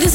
this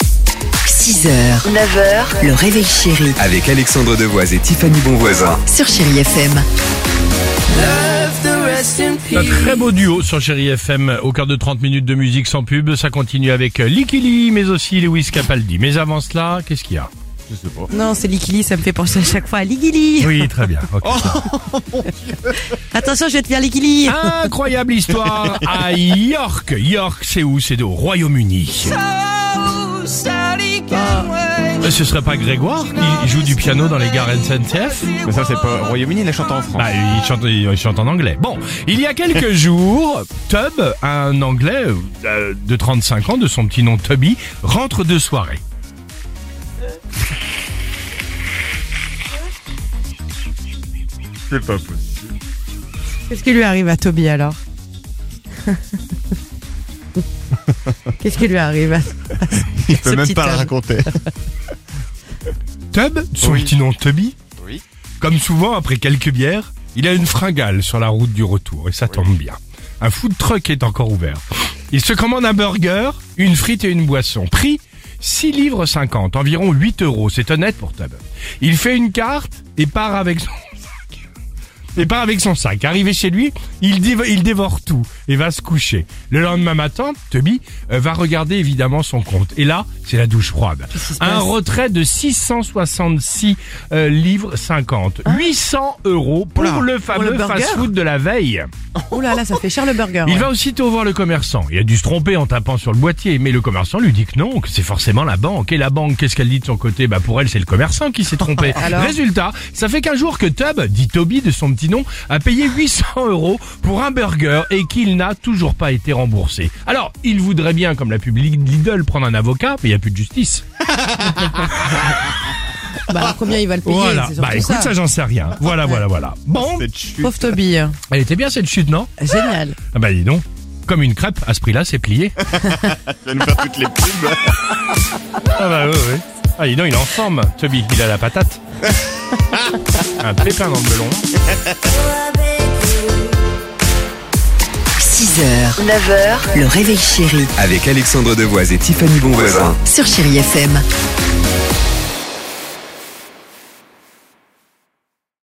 6h, 9h, le réveil chéri avec Alexandre Devoise et Tiffany Bonvoisin. sur Chérie FM. Un très beau duo sur Chéri FM au cœur de 30 minutes de musique sans pub. Ça continue avec Licky Lee, mais aussi Lewis Capaldi. Mais avant cela, qu'est-ce qu'il y a Non, c'est Likili, ça me fait penser à chaque fois à Ligili. Oui, très bien. ok. Attention, je vais te faire Likili. Incroyable histoire à York. York, c'est où C'est au Royaume-Uni. Euh, Ce serait pas Grégoire qui joue du piano dans les gares SNCF Mais ça, c'est pas Royaume-Uni, il a chanté en France. Bah, il chante, il chante en anglais. Bon, il y a quelques jours, Tub, un anglais euh, de 35 ans, de son petit nom Tubby, rentre de soirée. c'est pas possible. Qu'est-ce qui lui arrive à Toby alors Qu'est-ce qui lui arrive à... Il peut Ce même petit pas le homme. raconter. Tub, son Oui. petit nom Tubby. Oui. Comme souvent, après quelques bières, il a une fringale sur la route du retour, et ça tombe bien. Un food truck est encore ouvert. Il se commande un burger, une frite et une boisson. Prix 6 livres 50, environ 8 euros. C'est honnête pour Tub. Il fait une carte et part avec son et part avec son sac. Arrivé chez lui, il, dévo- il dévore tout et va se coucher. Le lendemain matin, Toby euh, va regarder évidemment son compte. Et là, c'est la douche froide. Un retrait de 666 euh, livres 50. 800 euros pour Ah. Oula. le Pour le fameux burger fast-food de la veille. Oh là là, ça fait cher le burger. Bah, Il Ah ouais. va aussitôt voir le commerçant. Il a dû se tromper en tapant sur le boîtier, mais le commerçant lui dit que non, que c'est forcément la banque. Et la banque, qu'est-ce qu'elle dit de son côté Bah pour elle, c'est le commerçant qui s'est trompé. Alors Résultat, ça fait qu'un jour que Tub, dit Toby de son petit nom, a payé 800 euros pour un burger et qu'il n'a toujours pas été remboursé. Alors, il voudrait bien, comme la pub Lidl, prendre un avocat, mais il n'y a plus de justice. Bah, alors, combien il va le payer voilà. c'est surtout Bah écoute, ça, j'en sais rien. Voilà, voilà, voilà. Bon, Cette chute. Pauvre Toby. hein. elle était bien cette chute, non Génial. Ah bah dis donc, comme une crêpe, à ce prix-là, c'est plié. Je vais nous faire toutes les pubs. Ah bah oui, oui. Ah dis donc, il est en forme, Toby, il a la patate. Un pépin dans le melon. 6h, 9h, le réveil chéri Avec Alexandre Devoise et Tiffany Bonvoisin. sur Chérie FM.